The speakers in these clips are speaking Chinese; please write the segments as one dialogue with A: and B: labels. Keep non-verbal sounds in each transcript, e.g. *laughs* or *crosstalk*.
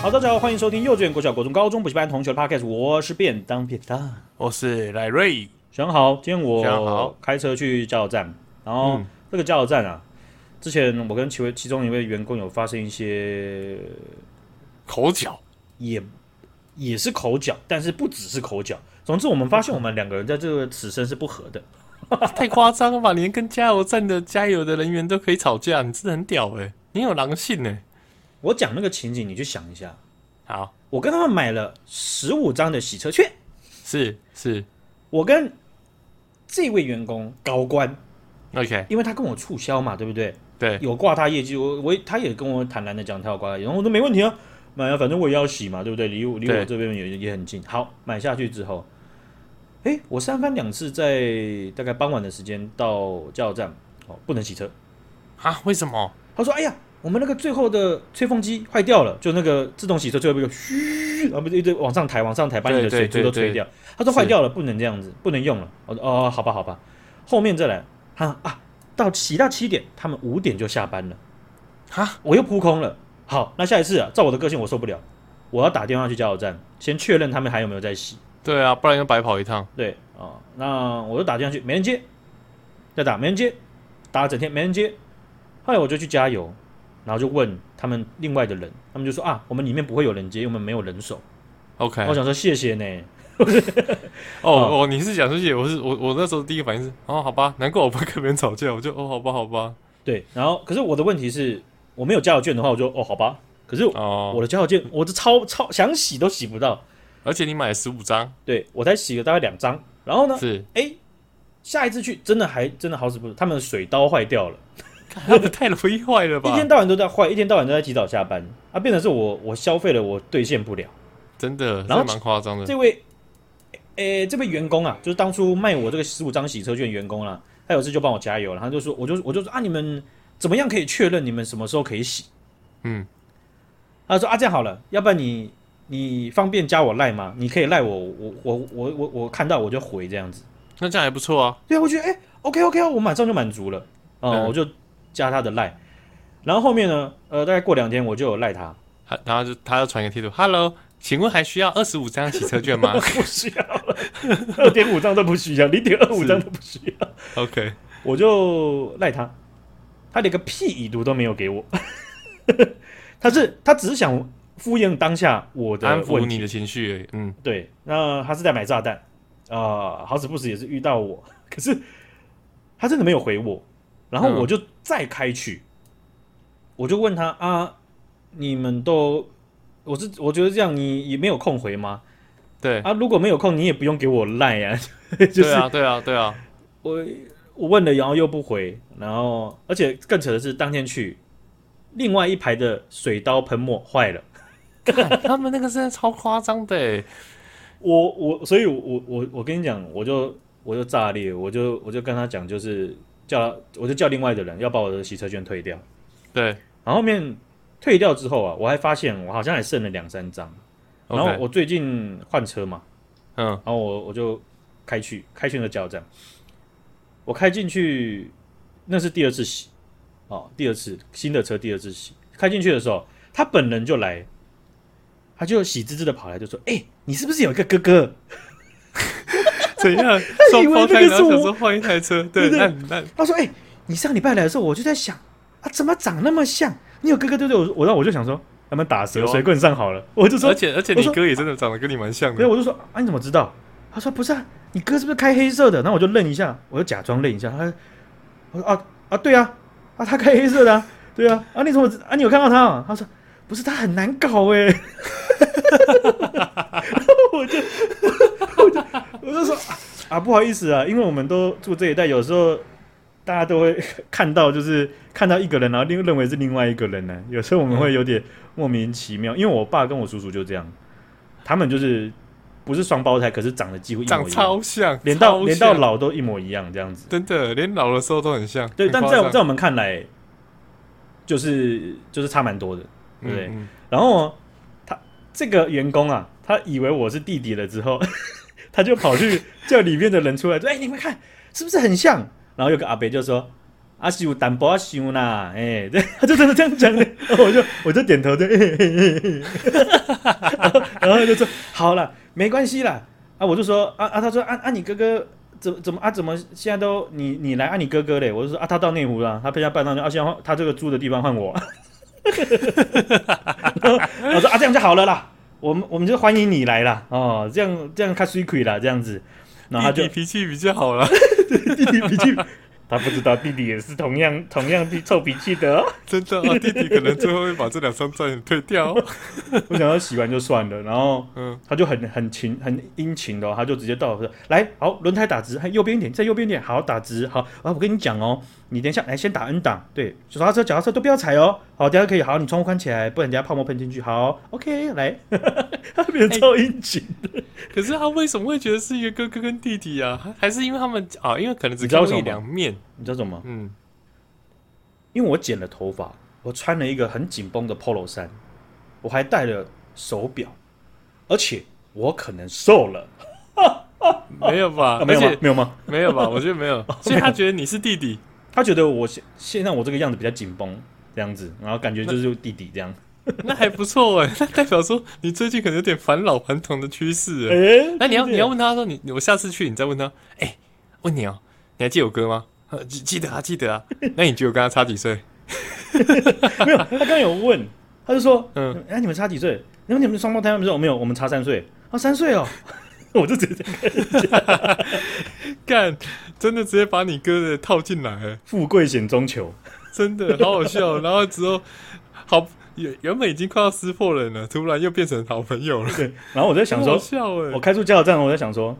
A: 好，大家好，欢迎收听幼稚园、国小、国中、高中补习班同学的 podcast，我是便当便当。
B: 我是赖瑞，
A: 想好，今天
B: 想好
A: 我开车去加油站，然后这个加油站啊，之前我跟其位其中一位员工有发生一些
B: 口 *laughs* 角，
A: 也也是口角，但是不只是口角。总之，我们发现我们两个人在这个此生是不合的。
B: 啊太夸张了吧！连跟加油站的加油的人员都可以吵架，你真的很屌哎、你很有狼性哎、
A: 我讲那个情景，你去想一下。
B: 好，
A: 我跟他们买了十五张的洗车券，
B: 是是
A: 我跟这位员工高官，
B: ，OK，
A: 因为他跟我促销嘛，对不对？
B: 对，
A: 有挂他业绩，我我他也跟我坦然的讲他有挂他业绩，然后我说没问题啊，买啊，反正我也要洗嘛，对不对？离我离我
B: 对
A: 这边也也很近。好，买下去之后，哎，我三番两次在大概傍晚的时间到加油站，哦，不能洗车。
B: 啊，为什么？
A: 他说，哎呀，我们那个最后的吹风机坏掉了，就那个自动洗车最后一个嘘，然后一直往上抬，往上抬，把你的
B: 对对
A: 水珠都
B: 对对
A: 吹掉。他说坏掉了，不能这样子，不能用了。我说哦，好吧，好吧，后面再来。哈啊，到洗到七点，他们五点就下班了。
B: 啊，
A: 我又扑空了。好，那下一次啊，照我的个性，我受不了，我要打电话去加油站，先确认他们还有没有在洗。
B: 对啊，不然又白跑一趟。
A: 对啊、哦那我就打电话去，没人接，再打没人接，打了整天没人接。后来我就去加油，然后就问他们另外的人，他们就说啊，我们里面不会有人接，因为我们没有人手。
B: OK，
A: 我想说谢谢呢，
B: 哦哦，你是讲出去，我是我我那时候第一个反应是，哦，好吧，难怪我不会跟别人吵架，我就哦，好吧，好吧，
A: 对。然后可是我的问题是，我没有加油券的话，我就哦好吧。可是我
B: 哦，
A: 的加油券，我这超超想洗都洗不到，
B: 而且你买十五张，
A: 对我才洗了大概两张。然后呢，
B: *laughs* 是，
A: 哎，下一次去真的还真的好死不死，他们的水刀坏掉了，
B: 那不太容易坏了吧
A: 一？天到晚都在坏，一天到晚都在提早下班，啊，变成是我我消费了，我兑现不了。
B: 真的，
A: 然后
B: 这蛮夸张的。
A: 这位，诶、这位员工啊，就是当初卖我这个十五张洗车券的员工啦、啊他有次就帮我加油了，他就说，我就我就说啊，你们怎么样可以确认你们什么时候可以洗？
B: 嗯，
A: 他说啊，这样好了，要不然你你方便加我赖吗？你可以赖我，我我我我我看到我就回这样子。
B: 那这样还不错啊。
A: 对啊，我觉得哎、o k OK 啊，我马上就满足了，哦、
B: 嗯
A: 我就加他的赖，然后后面呢，呃，大概过两天我就有赖他， *laughs*
B: 他然后就他就传一个贴图，Hello，请问还需要二十五张洗车券吗 *laughs*
A: 不需要了，二点五张都不需要，零点二五张都不需要，
B: ？OK，
A: 我就赖他，他连个屁已读都没有给我， *laughs* 他是他只是想敷衍当下我的
B: 安抚
A: 啊问
B: 你
A: 题，
B: 的情绪而已，嗯，
A: 对，那他是在买炸弹，啊、好死不死也是遇到我， *laughs* 可是他真的没有回我，然后
B: 嗯
A: 我就再开去，我就问他啊，你们都，我是我觉得这样你也没有空回吗？
B: 对，
A: 啊，如果没有空，你也不用给我赖啊， *laughs* 就是
B: 对啊，对啊，对啊，
A: 我我问了，然后又不回，然后而且更扯的是，当天去另外一排的水刀喷墨坏了，
B: 干他们那个真的超夸张的欸，
A: 我我所以我，我我我跟你讲，我就我就炸裂，我就我就跟他讲，就是叫他，我就叫另外的人要把我的洗车券退掉，
B: 对
A: 然后后面退掉之后啊，我还发现我好像还剩了两三张，然后
B: ，OK，
A: 我最近换车嘛，
B: 嗯，
A: 然后我我就开去开去那个加油站，我开进去，那是第二次洗，哦，第二次新的车第二次洗，开进去的时候，他本人就来，他就喜滋滋的跑来就说：“哎、你是不是有一个哥哥
B: 怎样？
A: 他以
B: *laughs* 双
A: 为
B: 胞
A: 那
B: 胎，
A: 个
B: 然
A: 是
B: 后
A: 我
B: 想说换一台车，对，
A: 对
B: 那那？”
A: 他说：“哎、你上礼拜来的时候，我就在想啊，怎么长那么像？你有哥哥对不对？”我我让我就想说，他们打蛇
B: 有啊
A: 随棍上好了，我就说
B: 而，且而且
A: 我
B: 你
A: 说
B: 哥也真的长得跟你蛮像
A: 对，
B: 的，
A: 我就说啊，你怎么知道？他说不是啊，你哥是不是开黑色的？然后我就愣一下，我就假装愣一下。他我说啊啊，对啊，啊他开黑色的、啊，对啊，啊你怎么知啊你有看到他、啊？他说不是，他很难搞哎、欸。 *laughs* 我就 *laughs* 我就我就说啊啊不好意思啊，因为我们都住这一带，有时候大家都会 *laughs* 看到，就是看到一个人，然后另认为是另外一个人呢、有时候我
B: 嗯
A: 们会有点莫名其妙，因为我爸跟我叔叔就这样，他们就是不是双胞胎，可是长得几乎一模
B: 长
A: 一样，
B: 超像，
A: 连到
B: 超
A: 连到
B: 像，
A: 老都一模一样这样子。
B: 真的连老的时候都很像，
A: 对，
B: 很
A: 但
B: 夸
A: 在
B: 张
A: 在我们看来，就是就是差蛮多的。对不对
B: 嗯嗯
A: 然后哦他这个员工啊，他以为我是弟弟了之后， *laughs* 他就跑去叫里面的人出来说：“哎、你们看是不是很像？”然后有个阿伯就说：“阿秀淡薄啊，秀啦，哎、对，他就真的这样讲的。然后我就我就点头就，嘿嘿嘿嘿然后然后他就说好了，没关系啦。啊，我就说啊啊，他说啊啊，你哥哥怎怎么啊怎么现在都你你来啊你哥哥嘞？我就说啊，他到内湖了，他被他办上去，啊，现在换他这个租的地方换我。然后我说啊，这样就好了啦，我们我们就欢迎你来啦，哦，这样这样看水亏啦，这样子。然后他
B: 弟
A: 就
B: 弟脾气比较好啦， *laughs*
A: 弟弟脾气， *laughs* 他不知道弟弟也是同样同样的臭脾气的哦、
B: 真的啊，弟弟可能最后会把这两张照片退掉。
A: 我想要洗完就算了，然后
B: 嗯，
A: 他就很很勤很殷勤的、哦，他就直接到我说：“来，好，轮胎打直，还右边一点，再右边一点，好，打直，好。”啊，我跟你讲哦，你等一下来先打 N 档，对，脚踏车、脚踏车都不要踩哦，好，等一下可以，好，你窗户关起来，不然等一下泡沫喷进去，好，OK，来， *laughs* 他变得超殷勤，
B: 可是他为什么会觉得是一个哥哥跟弟弟啊？还是因为他们啊？因为可能只
A: 你知道
B: 看
A: 为什么
B: 过一
A: 吗
B: 两面。
A: 你知道什么？
B: 嗯，
A: 因为我剪了头发，我穿了一个很紧绷的 polo 衫，我还戴了手表，而且我可能瘦了，
B: 嗯哦没有吧？
A: 啊、没有
B: 而
A: 吗
B: 且？
A: 没有吗？
B: 没有 *laughs* 吧？我觉得没有，所以他觉得你是弟弟。
A: 他觉得我现现在我这个样子比较紧绷，这样子，然后感觉就是弟弟这 *laughs* 样。
B: 那还不错哎、 *laughs* 那代表说你最近可能有点返老还童的趋势哎、
A: 哎
B: 那你要你要问他说你我下次去你再问他，哎、问你哦、你还记得我哥吗？呃记记得啊，记得 *laughs* 啊。那你觉得我跟他差几岁？
A: 没有，他刚刚有问，他就说，
B: 嗯
A: 嗯，哎、你们差几岁？你们你们双胞胎吗？他们说哦没有，我们差三岁。啊，三岁哦， *laughs* 我就直接
B: 干，真的直接把你哥的套进来、欸，
A: 富贵险中求，
B: 真的好好笑。然后之后好原原本已经快要撕破脸了，突然又变成好朋友了，
A: 对。然后我在想
B: 很好
A: 说，
B: 笑哎、
A: 我开出加油站，我在想说，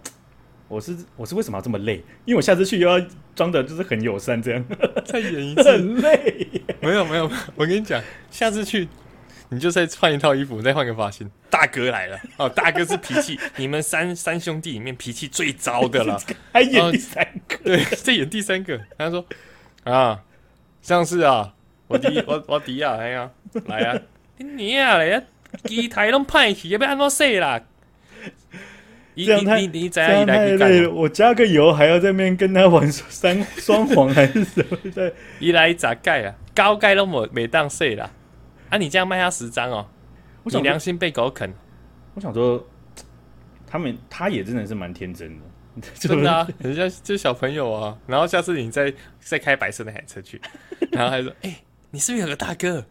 A: 我是我是为什么要这么累？因为我下次去又要装的就是很友善这样，
B: 再演 *laughs* 一
A: *laughs*
B: 次。
A: 很累。
B: 没有没有，我跟你讲，下次去你就再换一套衣服，再换个发型。大哥来了，哦，大哥是脾气，你们三三兄弟里面脾气最糟的 *laughs* 了。
A: 还演第三个，
B: *laughs* 对，再演第三个，他说啊，上次啊，我迪我我迪啊，哎呀、来啊，你娘啊，来啊，机台拢歹去，要安怎说啦？你
A: 这样太
B: 你你你知
A: 这
B: 影伊
A: 样
B: 来
A: 太
B: 去
A: 累
B: 干
A: 了。
B: 哦？
A: 我加个油还要在那边跟他玩三双簧还是什么的。
B: 伊来咋改啊？高改拢无袂当说啦。啊，你这样卖他十张哦，
A: 我
B: 你
A: 想说
B: 良心被狗啃。
A: 我想说，他们他也真的是蛮天真的， *laughs*
B: 真的啊，人家就小朋友啊。然后下次你再再开白色那台车去，然后他就说：“哎、你是不是有个大哥，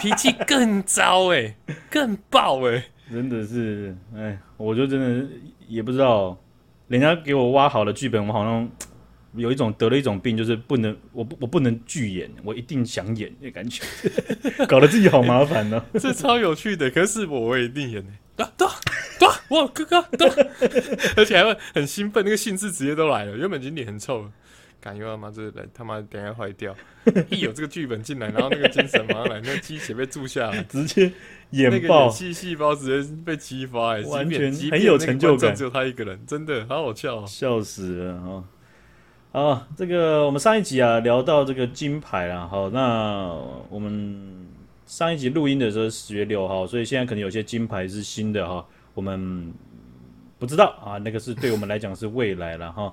B: 脾气更糟哎、更爆哎、
A: 真的是，哎，我就真的是也不知道，人家给我挖好的剧本，我好像有一种得了一种病，就是不能，我不我不能拒演，我一定想演的感觉， *laughs* 搞得自己好麻烦哦呢、
B: *laughs* 这超有趣的。可是我我也一定演哎、欸，对啊对啊，我有哥哥对啊， *laughs* 而且还会很兴奋，那个兴致直接都来了。原本已经脸很臭了。感觉他妈这来他妈等一下坏掉， *laughs* 一有这个剧本进来，然后那个精神马上来，那鸡血被注下来，
A: 直接
B: 那
A: 演
B: 个
A: 爆
B: 演，戏细胞直接被激发、欸，
A: 完
B: 即
A: 全
B: 便
A: 很
B: 即便
A: 有
B: 那个
A: 成就
B: 观众
A: 感
B: 只有他一个人，真的好好笑、哦。
A: 笑死了啊、哦！好，这个我们上一集啊聊到这个金牌啦，好，那我们上一集录音的时候是十月六号，所以现在可能有些金牌是新的哈，我们不知道啊，那个是对我们来讲是未来了哈。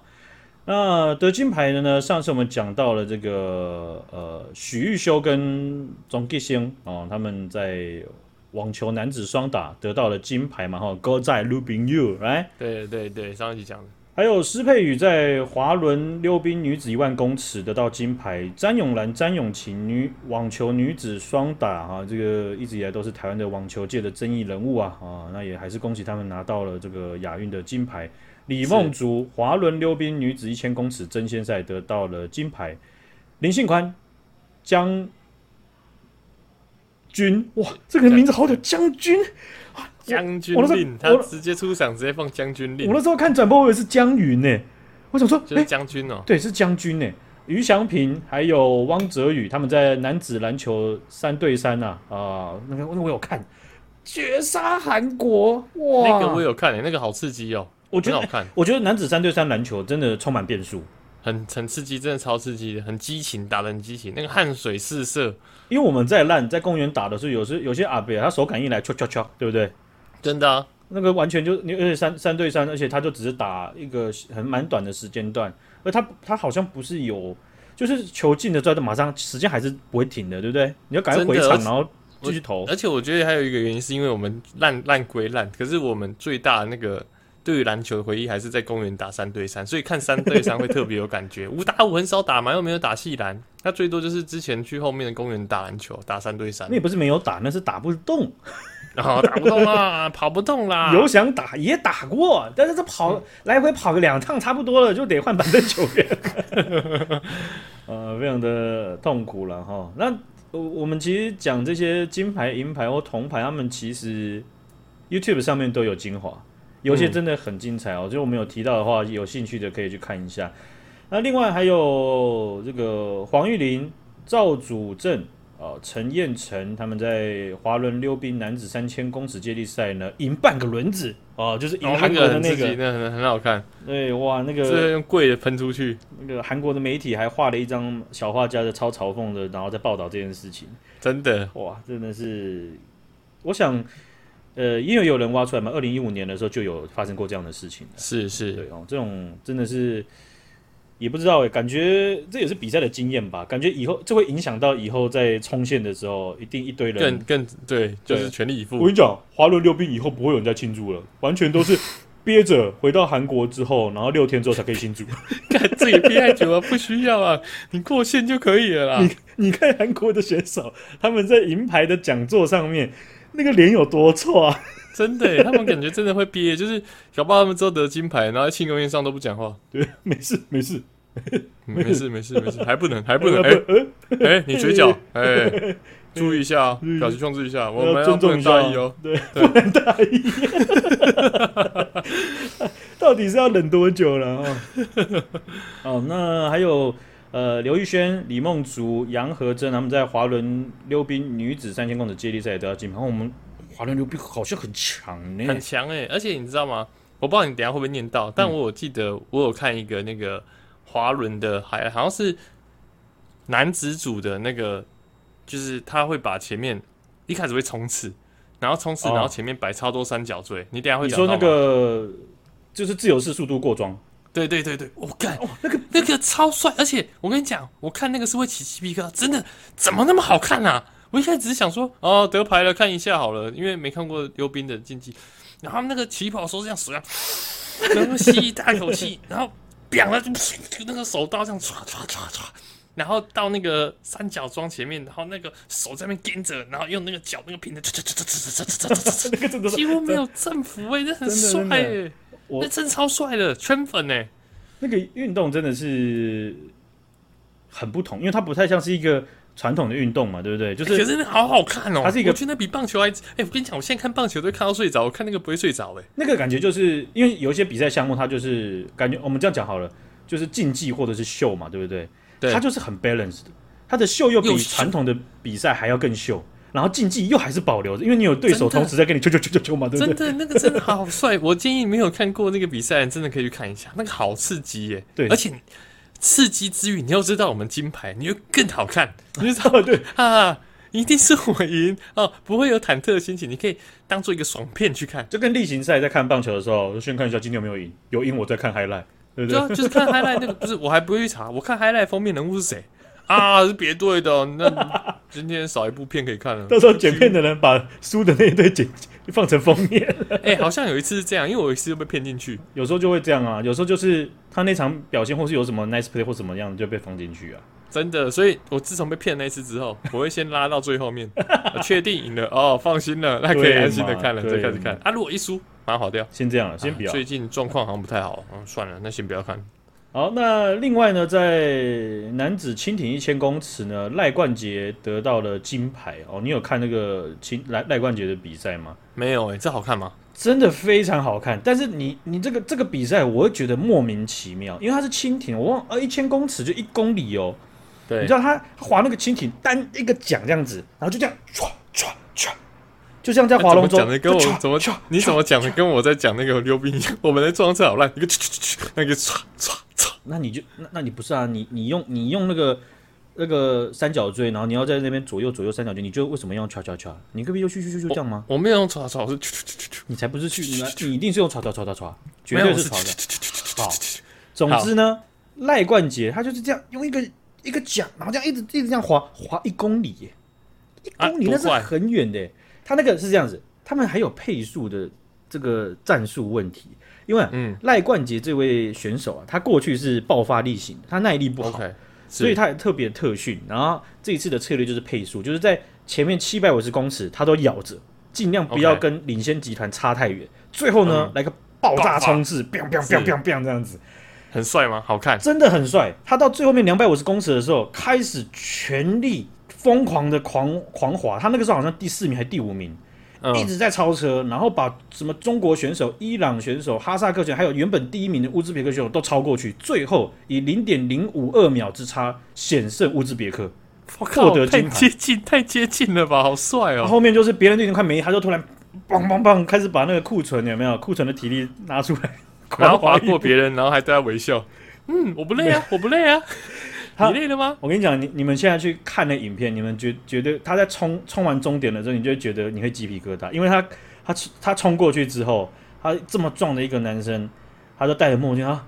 A: 那得金牌的呢，上次我们讲到了这个呃许玉修跟钟继兴哦，他们在网球男子双打得到了金牌嘛哈，Go 在 Lubin You 来。
B: 对对对，上一集讲的，
A: 还有施佩宇在滑轮溜冰女子一万公尺得到金牌，詹永兰、詹永琴女网球女子双打哈、这个一直以来都是台湾的网球界的争议人物啊啊，那也还是恭喜他们拿到了这个亚运的金牌。李梦竹滑轮溜冰女子一千公尺争先赛得到了金牌，林信宽、将军，哇，这个名字好久，将军，
B: 将军
A: 我那时候
B: 令，他
A: 我
B: 直接出场，直接放将军令
A: 我，那时候看转播我以为是江云呢、我想说，
B: 就
A: 哎
B: 是将军哦、
A: 对，是将军呢。于祥平还有汪哲宇，他们在男子篮球三对三啊啊、那个那我有看，绝杀韩国哇！
B: 那个我有看、欸，那个好刺激哦、
A: 我觉
B: 很
A: 得
B: 好，看，
A: 我觉得男子三对三篮球真的充满变数，
B: 很很刺激，真的超刺激的，很激情，打的很激情，那个汗水四射，
A: 因为我们在烂在公园打的时候，有时有些阿北他手感一来，敲敲敲，对不对？
B: 真的啊，
A: 那个完全就你，而且三三对三，而且他就只是打一个很蛮短的时间段，而他他好像不是有，就是球进了之后，就马上时间还是不会停的，对不对？你要赶快
B: 真的
A: 回
B: 而
A: 场，
B: 且
A: 然后继续投
B: 而且我觉得还有一个原因，是因为我们烂烂归烂，可是我们最大的那个对于篮球的回忆还是在公园打三对三，所以看三对三会特别有感觉。五打五很少打嘛，又没有打细篮，那最多就是之前去后面的公园打篮球，打三对三
A: 那，也不是没有打，那是打不动，
B: 然后打不动啦，跑不动啦，
A: 有想打也打过，但是这跑、来回跑个两趟差不多了，就得换板凳球员，呃，非常的痛苦了哈。那我我们其实讲这些金牌、银牌或铜牌，他们其实 YouTube 上面都有精华，有些真的很精彩哦。就我们有提到的话，有兴趣的可以去看一下。那另外还有这个黄玉玲、赵祖正。呃，陈彦成他们在滑轮溜冰男子三千公尺接力赛呢，赢半个轮子哦、就是赢
B: 然后
A: 韩
B: 那
A: 国
B: 个
A: 的
B: 很
A: 那
B: 刺
A: 个
B: 激，，那很很好看，
A: 对，哇，那
B: 这
A: 个
B: 个用贵的喷出去，
A: 那个韩国的媒体还画了一张小画家的超嘲讽的，然后在报道这件事情，
B: 真的，
A: 哇，真的是，我想，呃，因为有人挖出来嘛，二零一五年的时候就有发生过这样的事情，
B: 是是，
A: 对哦，这种真的是也不知道哎，感觉这也是比赛的经验吧，感觉以后这会影响到以后在冲线的时候，一定一堆人
B: 更更对，就是
A: 对
B: 全力以
A: 我
B: 赴
A: 跟，你讲，滑轮溜冰以后不会有人再庆祝了，完全都是憋着回到韩国之后，然后六天之后才可以庆祝。 *laughs*
B: 看自己憋太久了，不需要啊，你过线就可以了啦。
A: 你看韩国的选手，他们在银牌的讲座上面，那个脸有多臭啊！ *laughs*
B: 真的耶，他们感觉真的会憋，就是搞不好他们之后得金牌，然后在庆功宴上都不
A: *laughs*
B: 讲话。
A: 对，没事没事，
B: 嗯没事没事
A: *laughs*
B: 没事，还不能还不能，
A: 呃
B: 哎
A: 不呃
B: 哎、你嘴角哎、
A: *laughs*
B: 注意一下哦，表情控制一下，我们
A: 要尊重一
B: 不能
A: 下啊
B: 大意哦。
A: 对，不能大意。 *laughs* 到底是要忍多久了 *laughs* 啊？哦，那还有呃，刘玉轩、李梦竹、杨和珍，他们在滑轮溜冰女子三千公尺接力赛也得到金牌。然后我们滑轮溜冰好像很强呢、
B: 很强哎、而且你知道吗？我不知道你等一下会不会念到，
A: 嗯
B: 但我有记得我有看一个那个滑轮的，还好像是男子组的那个，就是他会把前面一开始会冲刺，然后冲刺，
A: 哦
B: 然后前面摆超多三角锥，你等一下会
A: 你
B: 讲到
A: 说
B: 吗
A: 那个就是自由式速度过桩，
B: 对对对对，我、干、那个那个超帅，而且我跟你讲，我看那个是会起鸡皮疙瘩，真的怎么那么好看啊？我一开始只是想说，哦，得牌了，看一下好了，因为没看过溜冰的竞技。然后他们那个起跑的时候是这样手这样，然后吸一大口气，然后扁了，那个手刀这样唰唰唰唰，然后到那个三角桩前面，然后那个手在那边跟着，然后用那个脚那个平的，
A: 那个真的是
B: 几乎没有振幅哎、欸，这很帅
A: 真的
B: 哎、
A: 真
B: 欸，
A: 我
B: 那真的超帅的，圈粉哎、
A: 那个运动真的是很不同，因为它不太像是一个传统的运动嘛，对不对？就
B: 欸可
A: 是
B: 是那好好看哦、
A: 它是一个
B: 我觉得那比棒球还……哎、我跟你讲，我现在看棒球都看到睡着，我看那个不会睡着哎、
A: 那个感觉，就是因为有一些比赛项目，它就是感觉我们这样讲好了，就是竞技或者是秀嘛，对不对？
B: 对
A: 它就是很 balanced 的，它的秀又比
B: 又秀
A: 传统的比赛还要更秀，然后竞技又还是保留着，因为你有对手
B: 真的
A: 同时在跟你啾啾啾啾啾嘛，对不
B: 真
A: 对？
B: 的那个真的好帅。我建议没有看过那个比赛的人，真的可以去看一下，那个好刺激耶、
A: 对
B: 而且刺激之余，你要知道我们金牌，你会更好看， *laughs* 你就知
A: 哦 *laughs*
B: 道
A: 对，
B: 啊，一定是我赢哦，不会有忐忑的心情，你可以当做一个爽片去看。
A: 就跟例行赛在看棒球的时候，就先看一下今天有没有赢，有赢我再看 highlight，对不对？
B: 对啊，就是看 highlight 那个，不是我还不会去查，我看 highlight 封面人物是谁啊？是别队的哦，那今天少一部片可以看
A: *laughs*
B: 了。
A: 到时候剪片的人把输的那一队剪放成封面。
B: 哎、好像有一次是这样，因为我有一次就被骗进去。
A: 有时候就会这样啊，有时候就是他那场表现，或是有什么 nice play 或什么样就被放进去啊。
B: 真的，所以我自从被骗那一次之后，我会先拉到最后面，呃确定赢了哦，放心了，那可以
A: 对嘛
B: 安心的看了，
A: 对
B: 再开始看。啊，如果一输，马上跑掉，
A: 先这样了，先不要。
B: 啊最近状况好像不太好，嗯，算了，那先不要看。
A: 好，那另外呢，在男子轻艇一千公尺呢，赖冠杰得到了金牌哦。你有看那个轻赖赖冠杰的比赛吗？
B: 没有哎、这好看吗？
A: 真的非常好看，但是你你这个这个比赛，我会觉得莫名其妙，因为它是轻艇，我忘呃一千公尺就一公里哦，
B: 对，
A: 你知道他他划那个蜻蜓单一个桨这样子，然后就这样唰唰唰，就像在
B: 那
A: 划
B: 怎么
A: 龙舟。
B: 讲的跟我
A: 就唰
B: 怎么
A: 唰
B: 你怎么讲的跟我在讲那个溜冰一样？我们的状态好烂，一个那个唰唰唰，
A: 那你就那那你不是啊？你你用你用那个那个三角锥，然后你要在那边左右左右三角锥，你就为什么要用唰唰唰？你可不可以就咻咻咻咻这样吗？
B: 我没有用唰唰，我是唰唰唰唰，
A: 你才不是去，你你一定是用唰唰唰唰唰，啊绝
B: 没有
A: 对
B: 我
A: 是
B: 是
A: 唰的。
B: 唰
A: 好
B: 唰唰唰
A: 总
B: 好
A: 之呢，赖冠杰他就是这样用一个一个桨，然后这样一直一直这样划划一公里耶，一公里
B: 啊
A: 那
B: 多
A: 是
B: 快
A: 很远的欸。他那个是这样子，他们还有配速的这个战术问题，因为啊
B: 嗯
A: 赖冠杰这位选手啊，他过去是爆发力型的，他耐力不好。
B: ，OK，
A: 所以
B: 他
A: 他也特别特训。然后这一次的策略就是配速，就是在前面七百五十公尺他都咬着，尽量不要
B: OK
A: 跟领先集团差太远。最后呢，
B: 嗯
A: 来个爆炸
B: 爆发
A: 冲刺，biang biang
B: 是
A: biang biang biang 这样子，
B: 很帅吗？好看，
A: 真的很帅。他到最后面两百五十公尺的时候，开始全力疯狂的狂狂滑，他那个时候好像第四名还第五名。一
B: 嗯，
A: 直在超车，然后把什么中国选手、伊朗选手、哈萨克选手，还有原本第一名的乌兹别克选手都超过去，最后以零点零五二秒之差险胜乌兹别
B: 哦
A: 克。
B: 我靠
A: 获得，
B: 太
A: 金牌
B: 接近，太接近了吧，好帅
A: 然后
B: 哦！
A: 后面就是别人就已经快没，他就突然梆梆梆开始把那个库存有没有库存的体力拿出来， *laughs*
B: 然后
A: 狂
B: 划
A: 一
B: 过别人，然后还对他微笑。嗯，我不
A: *laughs*
B: 累啊，我不累啊。
A: 他
B: 你累了吗？
A: 我跟你讲，你你们现在去看那影片，你们觉觉得他在冲冲完终点的时候，你就会觉得你会鸡皮疙瘩，因为他他他冲过去之后，他这么壮的一个男生，他就戴着墨镜啊，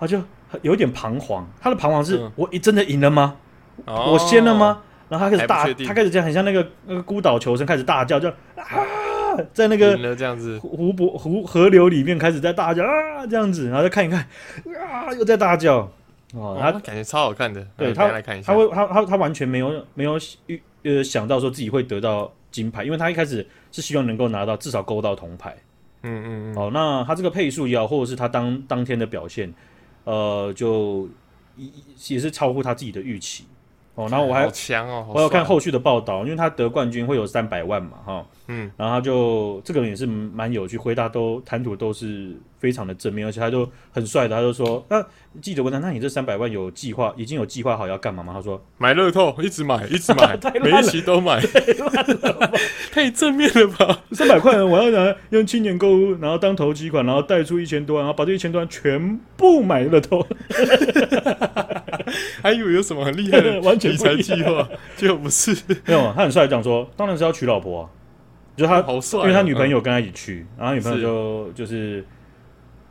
A: 他就有点彷徨，他的彷徨是、
B: 嗯
A: 我一真的赢了吗？
B: 哦
A: 我先了？吗？然后他开始
B: 还不
A: 大
B: 确，定
A: 他开始这样，很像那个那个孤岛求生，开始大叫，就啊，在那
B: 那
A: 个
B: 个这样子，
A: 湖湖泊湖河流里面开始在大叫啊这样子，然后再看一看啊又在大叫哦
B: 哦，
A: 他
B: 那感觉超好看的。
A: 对
B: 嗯
A: 他
B: 等一下来看一下
A: 他。会他他他完全没有没有预呃想到说自己会得到金牌，因为他一开始是希望能够拿到至少勾到铜牌。
B: 嗯嗯嗯，
A: 哦，那他这个配速也好，或者是他当当天的表现，呃，就也也是超乎他自己的预期。哦，然后我还
B: 好强哦，好
A: 我有看
B: 帅哦，
A: 后续的报道，因为他得冠军会有三百万嘛，哈、
B: 嗯，
A: 然后他就这个人也是蛮有趣，回答都谈吐都是非常的正面，而且他就很帅的，他就说，那记者问他，那你这三百万有计划，已经有计划好要干嘛吗？他说，
B: 买乐透，一直买，一直
A: *laughs*
B: 买
A: 太，
B: 每
A: 烂
B: 一
A: 了
B: 期都买，太正面了吧？
A: 三百块，我要拿用青年购物，然后当投机款，然后贷出一千多万，然后把这一千多万全部买了头，
B: *laughs* 还以为有什么很厉害的
A: *laughs* 完全
B: 理
A: 不一
B: 财
A: 样
B: 计划，结果不是，
A: 没有，他很帅，讲说，当然是要娶老婆啊，就是他，
B: 好帅哦，
A: 因为他女朋
B: 嗯
A: 友跟他一起去，然后女朋友就就是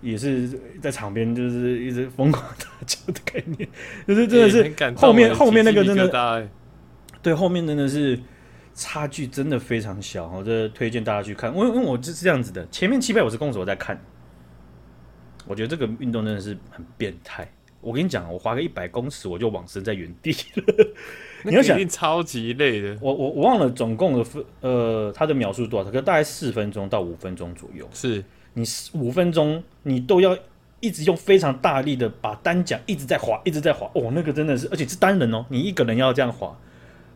A: 也是在场边就是一直疯狂大叫的概念，就是真的
B: 欸
A: 是
B: 很感动
A: 后面
B: 欸
A: 后面那个
B: 鸡皮
A: 真的
B: 疙瘩欸
A: 对，后面真的是差距真的非常小，我这推荐大家去看。因为因为我就是这样子的，前面七百五十公尺我在看，我觉得这个运动真的是很变态。我跟你讲，我滑个一百公尺我就往生在原地了。 *laughs*
B: 那
A: 你要
B: 个
A: 想
B: 一定超级累的，
A: 我我我忘了总共的分呃它的秒数多少，可是大概四分钟到五分钟左右。
B: 是
A: 你五分钟你都要一直用非常大力的把单桨一直在滑，一直在滑，哦，那个真的是，而且是单人哦，你一个人要这样滑。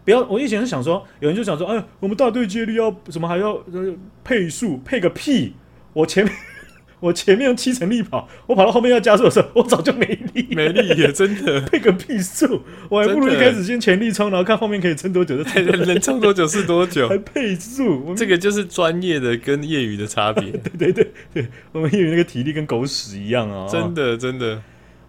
A: 不要，我以前是想说，有人就想说，哎，我们大队接力要什么还要、呃、配速，配个屁！我前面我前面用七成力跑，我跑到后面要加速的时候，我早就没力，
B: 美丽也真的。
A: 配个屁速！我还不如一
B: 真的
A: 开始先全力冲，然后看后面可以撑多久就撑，
B: 能撑多久是多久
A: 还，配速。我们
B: 这个就是专业的跟业余的差别，
A: 我们以为那个体力跟狗屎一样啊、
B: 真的真的。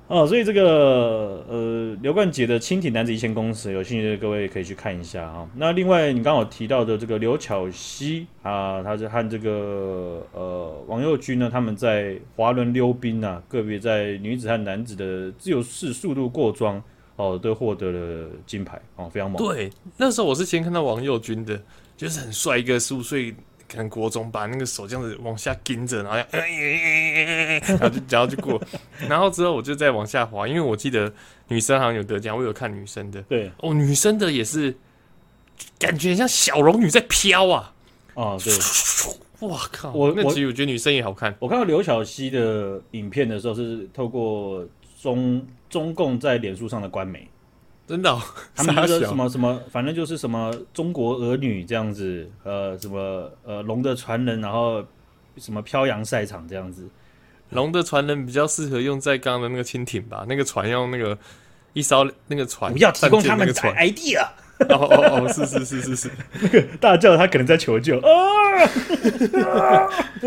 A: 哦，所以这个呃刘冠杰的《轻艇男子一千公尺》，有兴趣的各位可以去看一下啊、那另外你刚好提到的这个刘巧熙啊，他是和这个呃王佑君呢，他们在滑轮溜冰啊，个别在女子和男子的自由式速度过桩哦，都获得了金牌哦，非常猛。
B: 对，那时候我是先看到王佑军的，就是很帅一个十五岁。可能国中把那个手这样子往下盯着，然后这样然后就然后就过，然后之后我就再往下滑，因为我记得女生好像有得奖，我有看女生的
A: 对
B: 哦，女生的也是感觉很像小龙女在飘啊，
A: 啊、对。
B: 哇靠！
A: 我
B: 那
A: 我
B: 其实我觉得女生也好看，
A: 我看到刘晓熙的影片的时候，是透过中中共在脸书上的官媒。
B: 真的、哦。
A: 他们就是
B: 傻小
A: 什么什么，反正就是什么中国儿女这样子，呃，什么呃龙的传人，然后什么飘洋赛场这样子。
B: 龙的传人比较适合用在刚刚的那个蜻蜓吧，那个船用那个一艘那个船，
A: 不要提供他们的
B: 战舰那
A: idea，
B: 个船。哦哦哦，是是是是是，
A: 啊大叫他可能在求救。 *laughs* 哦，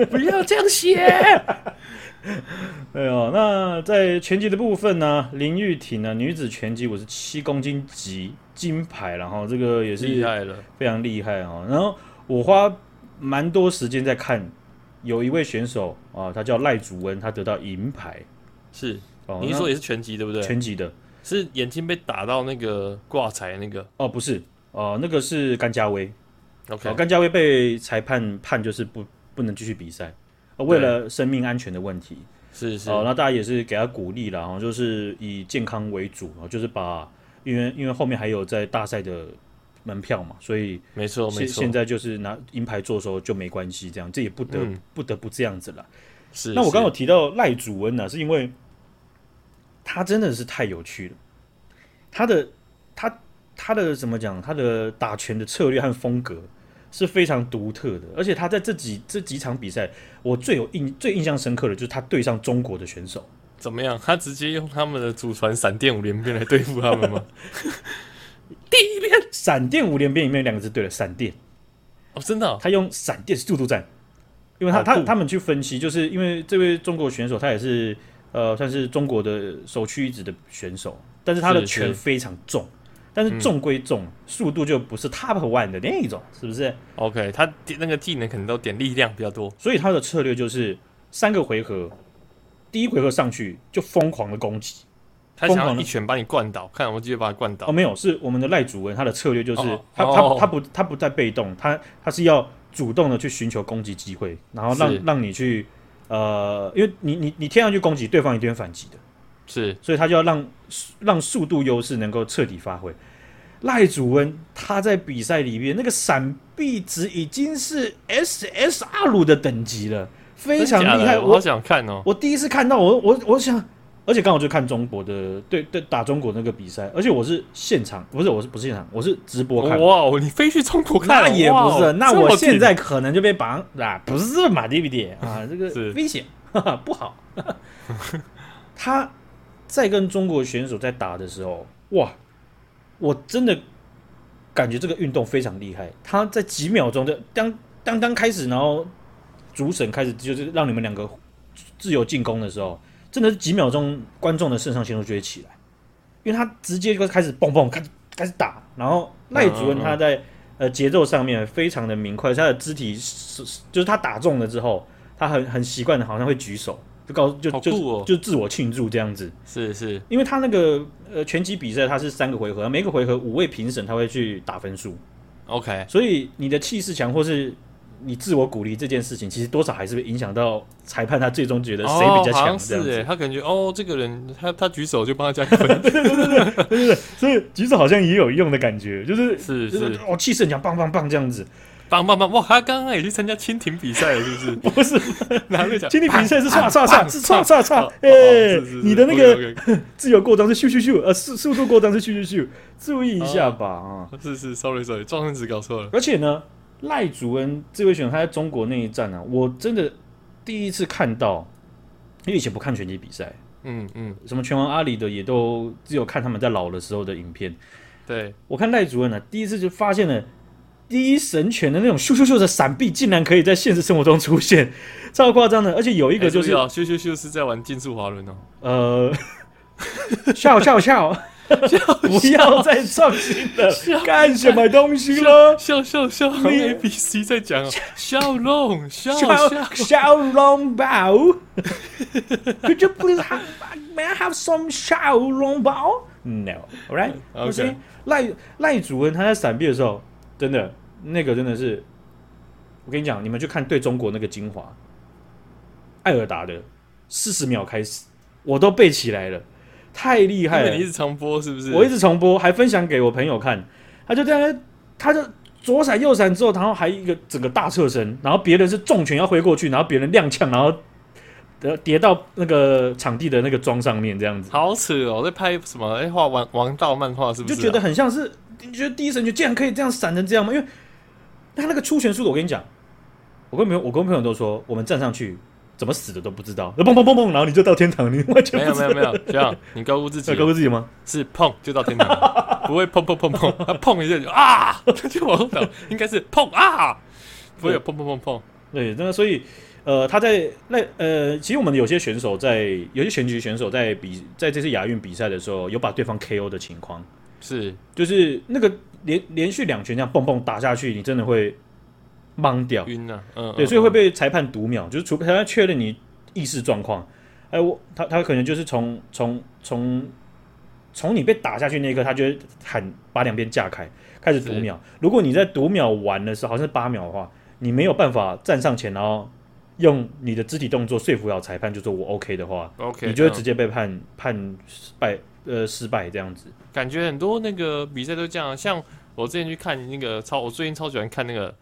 B: 不要这样写。
A: 哎呦，那在拳击的部分呢，林玉婷呢，女子拳击五十七公斤级金牌，然后这个也
B: 厉
A: 是
B: 害了，
A: 非常厉害哦。然后我花蛮多时间在看，有一位选手啊，他叫赖祖恩，他得到银牌。
B: 是
A: 哦，
B: 你是说也是拳击对不
A: 那
B: 对？
A: 拳击的？
B: 是眼睛被打到那个挂彩那个
A: 哦，不是，哦，那个是甘家威，哦，
B: OK，
A: 甘家威被裁判判就是不不能继续比赛，呃，为了生命安全的问题，
B: 是是，
A: 哦，那大家也是给他鼓励啦，哦，就是以健康为主，哦，就是把因为因为后面还有在大赛的门票嘛，所以
B: 没错没
A: 现
B: 错
A: 现，在就是拿银牌做收就没关系，这样这也不得、
B: 嗯
A: 不得不这样子啦。
B: 是。
A: 那我刚刚有
B: 是
A: 提到赖祖恩啊呢、是因为他真的是太有趣了，他的他他的怎么讲，他的打拳的策略和风格是非常独特的，而且他在这几这几场比赛，我最有印最印象深刻的就是他对上中国的选手，
B: 怎么样？他直接用他们的祖传闪电五连鞭来对付他们
A: *laughs*
B: 吗？
A: 闪电五连鞭里面有两个字对了，闪电，
B: 哦，真的哦、哦
A: 他用闪电速度战，因为他
B: 好
A: 他
B: 酷
A: 他们去分析，就是因为这位中国选手他也是呃算是中国的首屈一指的选手，但是他的
B: 是是嗯
A: 拳非常重，但是重归重，速度就不是 top one 的那一种，是不是？
B: OK，他点那个技能可能都点力量比较多。
A: 所以他的策略就是三个回合，第一回合上去就疯狂的攻击，
B: 他
A: 疯
B: 想要
A: 狂的
B: 一拳把你灌倒，看我直接把他灌倒。
A: 哦，没有，是我们的赖主文他的策略就是、
B: 哦
A: 他
B: 哦
A: 他他不他不再被动，他他是要主动的去寻求攻击机会，然后
B: 是
A: 让让你去呃，因为你你你贴上去攻击，对方一定会反击的，
B: 是
A: 所以他就要让让速度优势能够彻底发挥。赖主文他在比赛里面那个闪避值已经是 SSR 鲁的等级了，非常
B: 真假的
A: 厉害。
B: 我好
A: 我
B: 想看哦。
A: 我第一次看到我我我想，而且刚好就看中国的对对打中国那个比赛，而且我是现场，不是我是不是现场，我是直播看。
B: 哇哦，你飞去中国看哦？
A: 那也
B: 哇
A: 不
B: 哦
A: 是，那
B: 这么
A: 我
B: 近
A: 现在可能就被绑啊，不是嘛，对不对啊？这
B: 是
A: 个危险， *laughs* 哈哈，不好。他在跟中国选手在打的时候，哇，我真的感觉这个运动非常厉害。他在几秒钟的当当当开始，然后主审开始就是让你们两个自由进攻的时候，真的是几秒钟，观众的肾上腺素就会起来，因为他直接就开始蹦蹦开始开始打，然后赖主任他在呃节奏上面非常的明快，他的肢体是是就是他打中了之后，他很很习惯的，好像会举手，就告就
B: 好
A: 就
B: 酷哦
A: 就自我庆祝这样子。
B: 是是
A: 因为他那个呃拳击比赛，他是三个回合，每个回合五位评审他会去打分数，
B: OK，
A: 所以你的气势强或是你自我鼓励这件事情，其实多少还是会影响到裁判他最终觉得谁比较
B: 哦
A: 强
B: 好像
A: 这样
B: 是
A: 子。
B: 哎，他感觉哦，这个人他他举手就帮他加一分，
A: 所以举手好像也有用的感觉，就是
B: *laughs* 是
A: 就是
B: 是，
A: 哦气势很强，棒棒棒这样子。 *laughs*
B: 棒棒棒！哇，他刚刚也去参加蜻蜓比赛了，是 *laughs* 不
A: 不是，
B: 是？拿 *laughs* 那奖，
A: 今天比赛是唰唰唰，是唰唰唰
B: 哦，哦
A: 哎
B: 是是是，
A: 你的那个
B: OK，OK，
A: 自由过桩是咻咻咻，呃速速度过桩是咻咻咻，注意一下吧啊。
B: 是是，sorry sorry，撞生子搞错了。
A: 而且呢，赖祖恩这位选手他在中国那一战呢、啊，我真的第一次看到，因为以前不看拳击比赛，
B: 嗯嗯，
A: 什么拳王阿里的也都只有看他们在老的时候的影片。
B: 对，
A: 我看赖主任呢、第一次就发现了第一神拳的那种咻咻咻的闪避，竟然可以在现实生活中出现，超夸张的。而且有一
B: 一
A: 个就是、
B: 哦，咻咻咻是在玩竞速滑轮哦。
A: 呃，笑笑笑，不要再创新了，干什么东西了？
B: 笑笑笑 *laughs* 好像
A: 没有
B: ，A B C 在 *laughs* 讲哦，笑容笑笑 *laughs*
A: 小小笼包，Could you please have may I have some 小笼包？No, alright.
B: *laughs* Okay.
A: 不行，赖赖主文他在闪避的时候，真的那个真的是，我跟你讲，你们去看对中国那个精华，艾尔达的四十秒开始，我都背起来了，太厉害
B: 因
A: 了
B: 哎为你一！直重播是不是？
A: 我一直重播，还分享给我朋友看，他就在那，他就左闪右闪之后，然后还一个整个大侧身，然后别人是重拳要挥过去，然后别人踉跄，然后呃跌到那个场地的那个桩上面，这样子
B: 好扯哦，在拍什么？哎，画王王道漫画是不是
A: 就
B: 啊？
A: 觉得很像是，你觉得第一神拳竟然可以这样闪成这样吗？因为他那个出拳速度，我跟你讲，我跟朋友我跟朋友都说，我们站上去怎么死的都不知道，砰砰砰砰，然后你就到天堂，你完全
B: 没
A: 不
B: 有
A: 知道
B: 没有没
A: *laughs*
B: 有，这样你高估自己
A: 有，告呃诉自己吗？
B: 是碰就到
A: *laughs*
B: 天堂了，不会碰碰碰碰，他碰一下就啊， *laughs* 就往后倒，应该是碰啊，不会有碰碰碰碰，
A: 对，那所以呃，他在那呃，其实我们有些选手在有些拳击选手在比在这次亚运比赛的时候，有把对方 KO 的情况，
B: 是
A: 就是那个连连续两拳这样蹦蹦打下去，你真的会懵掉。
B: 晕了，嗯，
A: 对，
B: 嗯
A: 所以会
B: 嗯
A: 被裁判读秒，就是除非他确认你意识状况，哎，我他他可能就是从从从从你被打下去那一刻，他就会喊把两边架开，开始读秒。如果你在读秒完的时候，好像是八秒的话，你没有办法站上前，然后用你的肢体动作说服了裁判，就说我 OK 的话，
B: OK，
A: 你就会
B: 嗯
A: 直接被判判失败，呃，失败这
B: *laughs*
A: 样子。
B: 感觉很多那个比赛都这样啊，像我之前去看那个超，我最近超喜欢看那个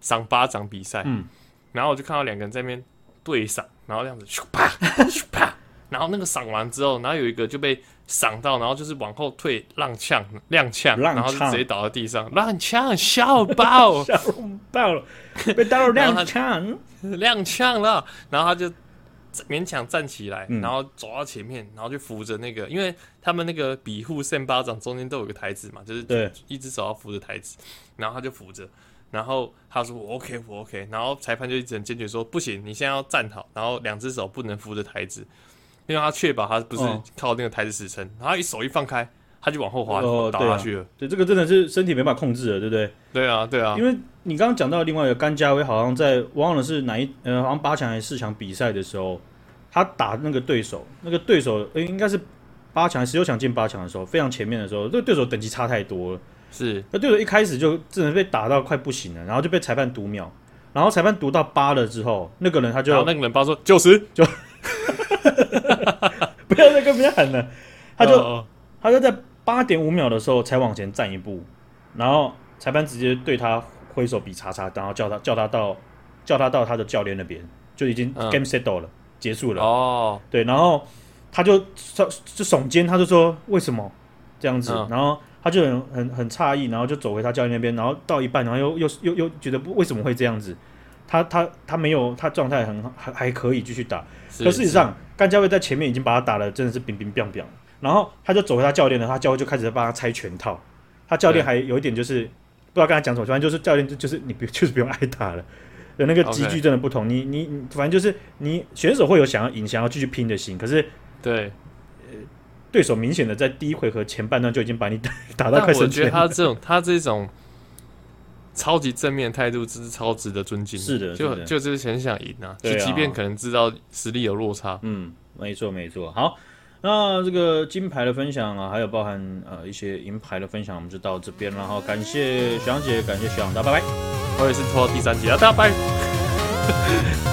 B: 赏巴掌比赛，
A: 嗯，
B: 然后我就看到两个人在那边对赏，然后这样子咻啪 *laughs* 咻啪，然后那个赏完之后，然后有一个就被赏到，然后就是往后退踉跄踉
A: 踉
B: 跄，
A: 跄
B: 然后就直接倒在地上，踉跄笑爆
A: 笑爆了，被打了
B: 然后
A: 两
B: 他
A: 枪。
B: *laughs* 踉跄了，然后他就勉强站起来，
A: 嗯
B: 然后走到前面，然后就扶着那个，因为他们那个比护扇巴掌中间都有个台子嘛，就是
A: 对
B: 一只手要扶着台子，然后他就扶着，然后他说我 OK 我 OK，然后裁判就一直很坚决说不行，你现在要站好，然后两只手不能扶着台子，因为他确保他不是
A: 哦
B: 靠那个台子支撑，然后一手一放开，他就往后滑、
A: 哦
B: 倒
A: 对
B: 下
A: 啊
B: 去了。
A: 对，这个真的是身体没办法控制了，对不对？
B: 对啊，对啊
A: 因，为你刚刚讲到另外一个甘家威，好像在我忘了是哪一呃，好像八强还是四强比赛的时候，他打那个对手，那个对手呃应该是八强十六强进八强的时候，非常前面的时候，这个对手等级差太多了，
B: 是
A: 那对手一开始就真的被打到快不行了，然后就被裁判读秒，然后裁判读到八了之后，那个人他就
B: 然后那个人包说九十，
A: *laughs* 不要再跟别人喊了，他就
B: 哦
A: 他就在八点五秒的时候才往前站一步，然后裁判直接对他挥手比叉叉，然后叫他叫他到叫他到他的教练那边，就已经
B: 嗯
A: game settle 了，结束了。
B: 哦，
A: 对，然后他就耸就耸肩，他就说为什么这样子，
B: 嗯
A: 然后他就很很很诧异，然后就走回他教练那边，然后到一半，然后又又又又觉得不为什么会这样子。他他他没有，他状态很好，还还可以继续打，可事实上，甘家卫在前面已经把他打的真的是冰冰冰冰，然后他就走回他教练了，他教练就开始帮他拆全套，他教练还有一点就是不知道跟他讲什么，反正就是教练就就是你不就是不用挨 *laughs* 打了。的那个
B: OK
A: 集距真的不同你你你，反正就是你选手会有想要赢、想要继续拼的心，可是
B: 对。
A: 对手明显的在第一回合前半段就已经把你 *laughs* 打打到
B: 但
A: 快
B: 我
A: 生
B: 觉
A: 气
B: 得
A: 了。
B: 他这种他这种超级正面的态度，这是超值得尊敬。
A: 是的
B: 就是
A: 的
B: 就就是很想赢啊，就
A: 对啊
B: 即便可能知道实力有落差，
A: 嗯，没错没错。好，那这个金牌的分享啊，还有包含呃一些银牌的分享，我们就到这边了哈，然后感谢小杨姐，感谢小杨大，拜拜。
B: 我也是拖到第三集啊，大家拜。